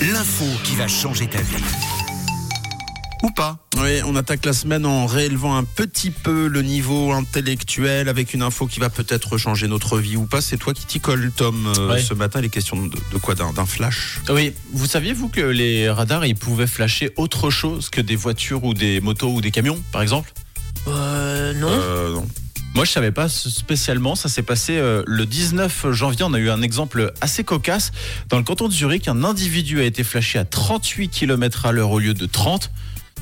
L'info qui va changer ta vie. Ou pas. Oui, on attaque la semaine en réélevant un petit peu le niveau intellectuel avec une info qui va peut-être changer notre vie ou pas. C'est toi qui t'y colle, Tom. Euh, Ouais. Ce matin, il est question de, de quoi D'un d'un flash Oui, vous saviez vous que les radars ils pouvaient flasher autre chose que des voitures ou des motos ou des camions par exemple Euh, Hein? non. Euh, non. Moi je savais pas spécialement, ça s'est passé euh, le 19 janvier, on a eu un exemple assez cocasse. Dans le canton de Zurich, un individu a été flashé à 38 km à l'heure au lieu de 30.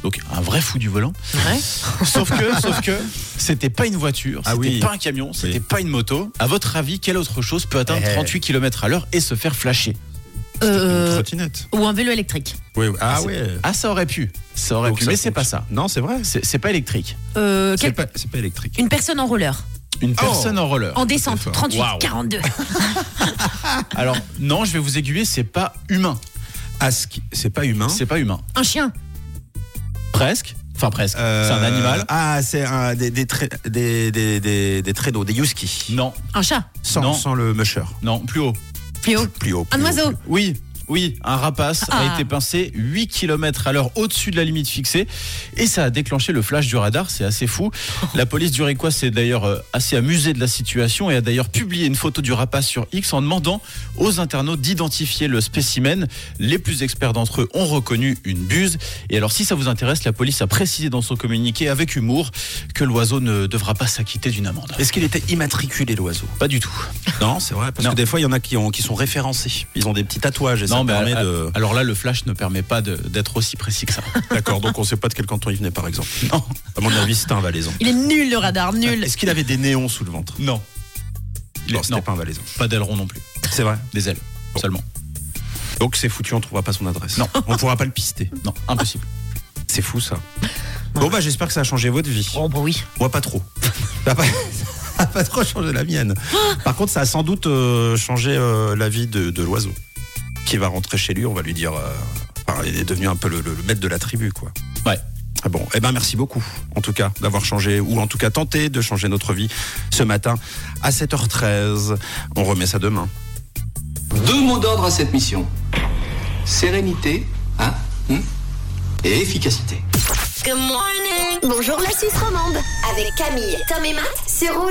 Donc un vrai fou du volant. Ouais. Sauf que, sauf que, c'était pas une voiture, Ah c'était oui. pas un camion, c'était Oui. pas une moto. À votre avis, quelle autre chose peut atteindre Eh. 38 km à l'heure et se faire flasher Une Euh, trottinette. ou un vélo électrique. Oui, oui. Ah c'est- ouais. Ah ça aurait pu, ça aurait Donc pu, ça mais c'est compte. pas ça. Non, c'est vrai. C'est c'est pas électrique. Euh, C'est quel- pas, c'est pas Ah, électrique. Oh, Une personne en roller. Une personne en roller. En descente. fort. 38, Waouh. 42. Alors non, je vais vous aiguiller, c'est pas humain. Ah, ce qui- c'est pas humain. C'est pas humain. Un chien. Presque. Enfin presque. Euh, C'est un animal. Ah, c'est un- des, des, trai- des, des, des, des traîneaux, des yuski. Non, Un chat. Sans, Non. sans le musher. non, plus haut. Fléau. Plus haut. Un plus haut, oiseau. plus haut. Oui, oui, un rapace Ah. a été pincé 8 km à l'heure au-dessus de la limite fixée et ça a déclenché le flash du radar, c'est assez fou. La police zurichoise s'est d'ailleurs euh, assez amusée de la situation et a d'ailleurs publié une photo du rapace sur X en demandant aux internautes d'identifier le spécimen. Les plus experts d'entre eux ont reconnu une buse. Et alors si ça vous intéresse, la police a précisé dans son communiqué avec humour que l'oiseau ne devra pas s'acquitter d'une amende. Est-ce qu'il était immatriculé, l'oiseau Pas du tout. Non, c'est vrai, parce Non. que des fois, il y en a qui, ont, qui sont référencés. Ils ont des petits tatouages et ça mais permet a- de. alors là, le flash ne permet pas de- d'être aussi précis que ça. D'accord, donc on ne sait pas de quel canton il venait, par exemple. Non. À mon avis, c'était un valaisan. Il est nul le radar, nul. Est-ce qu'il avait des néons sous le ventre Non. Il Non, est- c'était non. pas un valaisan. Pas d'aileron non plus. C'est vrai. Des ailes. Bon. Seulement. Donc c'est foutu, on trouvera pas son adresse. Non. On pourra pas le pister. Non, impossible. C'est fou, ça. Bon, bah, j'espère que ça a changé votre vie. Oh, bah oui. Moi, pas trop. Ça a pas, ça a pas trop changé la mienne. Par contre, ça a sans doute euh, changé euh, la vie de, de l'oiseau. Qui va rentrer chez lui, on va lui dire. euh, enfin, il est devenu un peu le, le- le maître de la tribu, quoi. Ouais. Ah bon, eh ben merci beaucoup, en tout cas, d'avoir changé, ou en tout cas tenté de changer notre vie ce matin à 7h13. On remet ça demain. Deux mots d'ordre à cette mission. Sérénité, hein, hum, et efficacité. Bonjour la Suisse romande avec Camille, Tom et Matt, c'est rouge.